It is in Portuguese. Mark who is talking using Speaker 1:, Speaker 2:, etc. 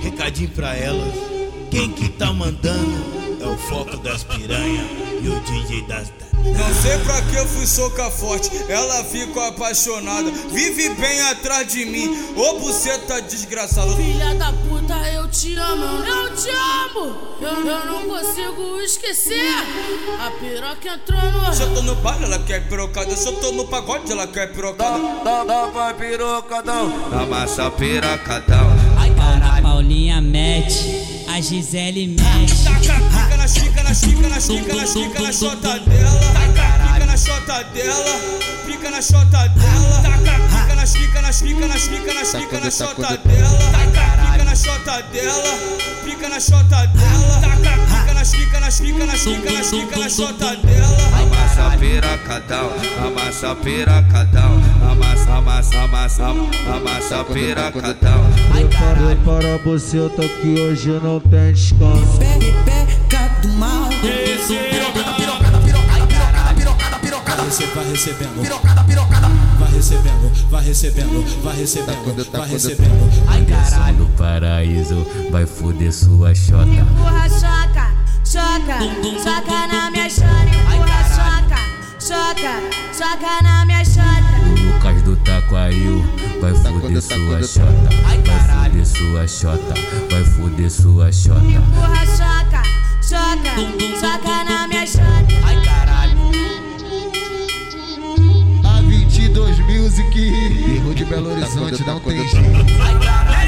Speaker 1: recadinho pra elas. Quem que tá mandando é o foco das piranha e o DJ das
Speaker 2: Não sei pra que eu fui soca forte, ela ficou apaixonada. Vive bem atrás de mim, ô buceta desgraçada.
Speaker 3: Filha da puta, eu te amo, eu te amo. Eu, eu não consigo esquecer. A piroca entrou no.
Speaker 2: Se eu tô no baile, ela quer pirocada. Se eu tô no pagode, ela quer pirocada.
Speaker 4: Dá, dá pra pirocadão, dá massa pirocadão. Ai,
Speaker 5: caralho. Paulinha mete, a Gisele mete.
Speaker 2: Taca, na chica, na chica, na chica, na chica, na chota dela. Taca, pica na chota dela. Pica na chota dela. Taca, pica na chica, na chica, na chica, na chica, na chota dela. Taca, pica na chota dela. Pica na chota dela. Taca, pica na chica, na chica, na chica, na chica, na chota dela.
Speaker 4: Amassa pirocadão, amassa pirocadão. Amassa, amassa, amassa, amassa pirocadão.
Speaker 6: Preparei para você, eu tô aqui hoje, não tem descanso.
Speaker 7: Pepeca do mal.
Speaker 8: Esse pirocada, pirocada, pirocada, pirocada, pirocada, pirocada.
Speaker 9: Vai recebendo,
Speaker 8: Pirocada, pirocada.
Speaker 9: vai recebendo, vai recebendo, vai recebendo, vai recebendo.
Speaker 5: Ai,
Speaker 10: Só
Speaker 5: caralho.
Speaker 10: do paraíso vai foder sua xota.
Speaker 3: Empurra, choca, choca, choca na minha chota. Empurra, choca, choca, choca na minha chota.
Speaker 10: O Lucas do Taquaril vai foder sua xota. Vai foder sua xota. Vai foder sua xota.
Speaker 3: Empurra, choca, choca, choca na minha chota.
Speaker 5: Ai, caralho.
Speaker 6: A 22 Music, de Belo Horizonte, não tem jeito.
Speaker 5: Ai, caralho.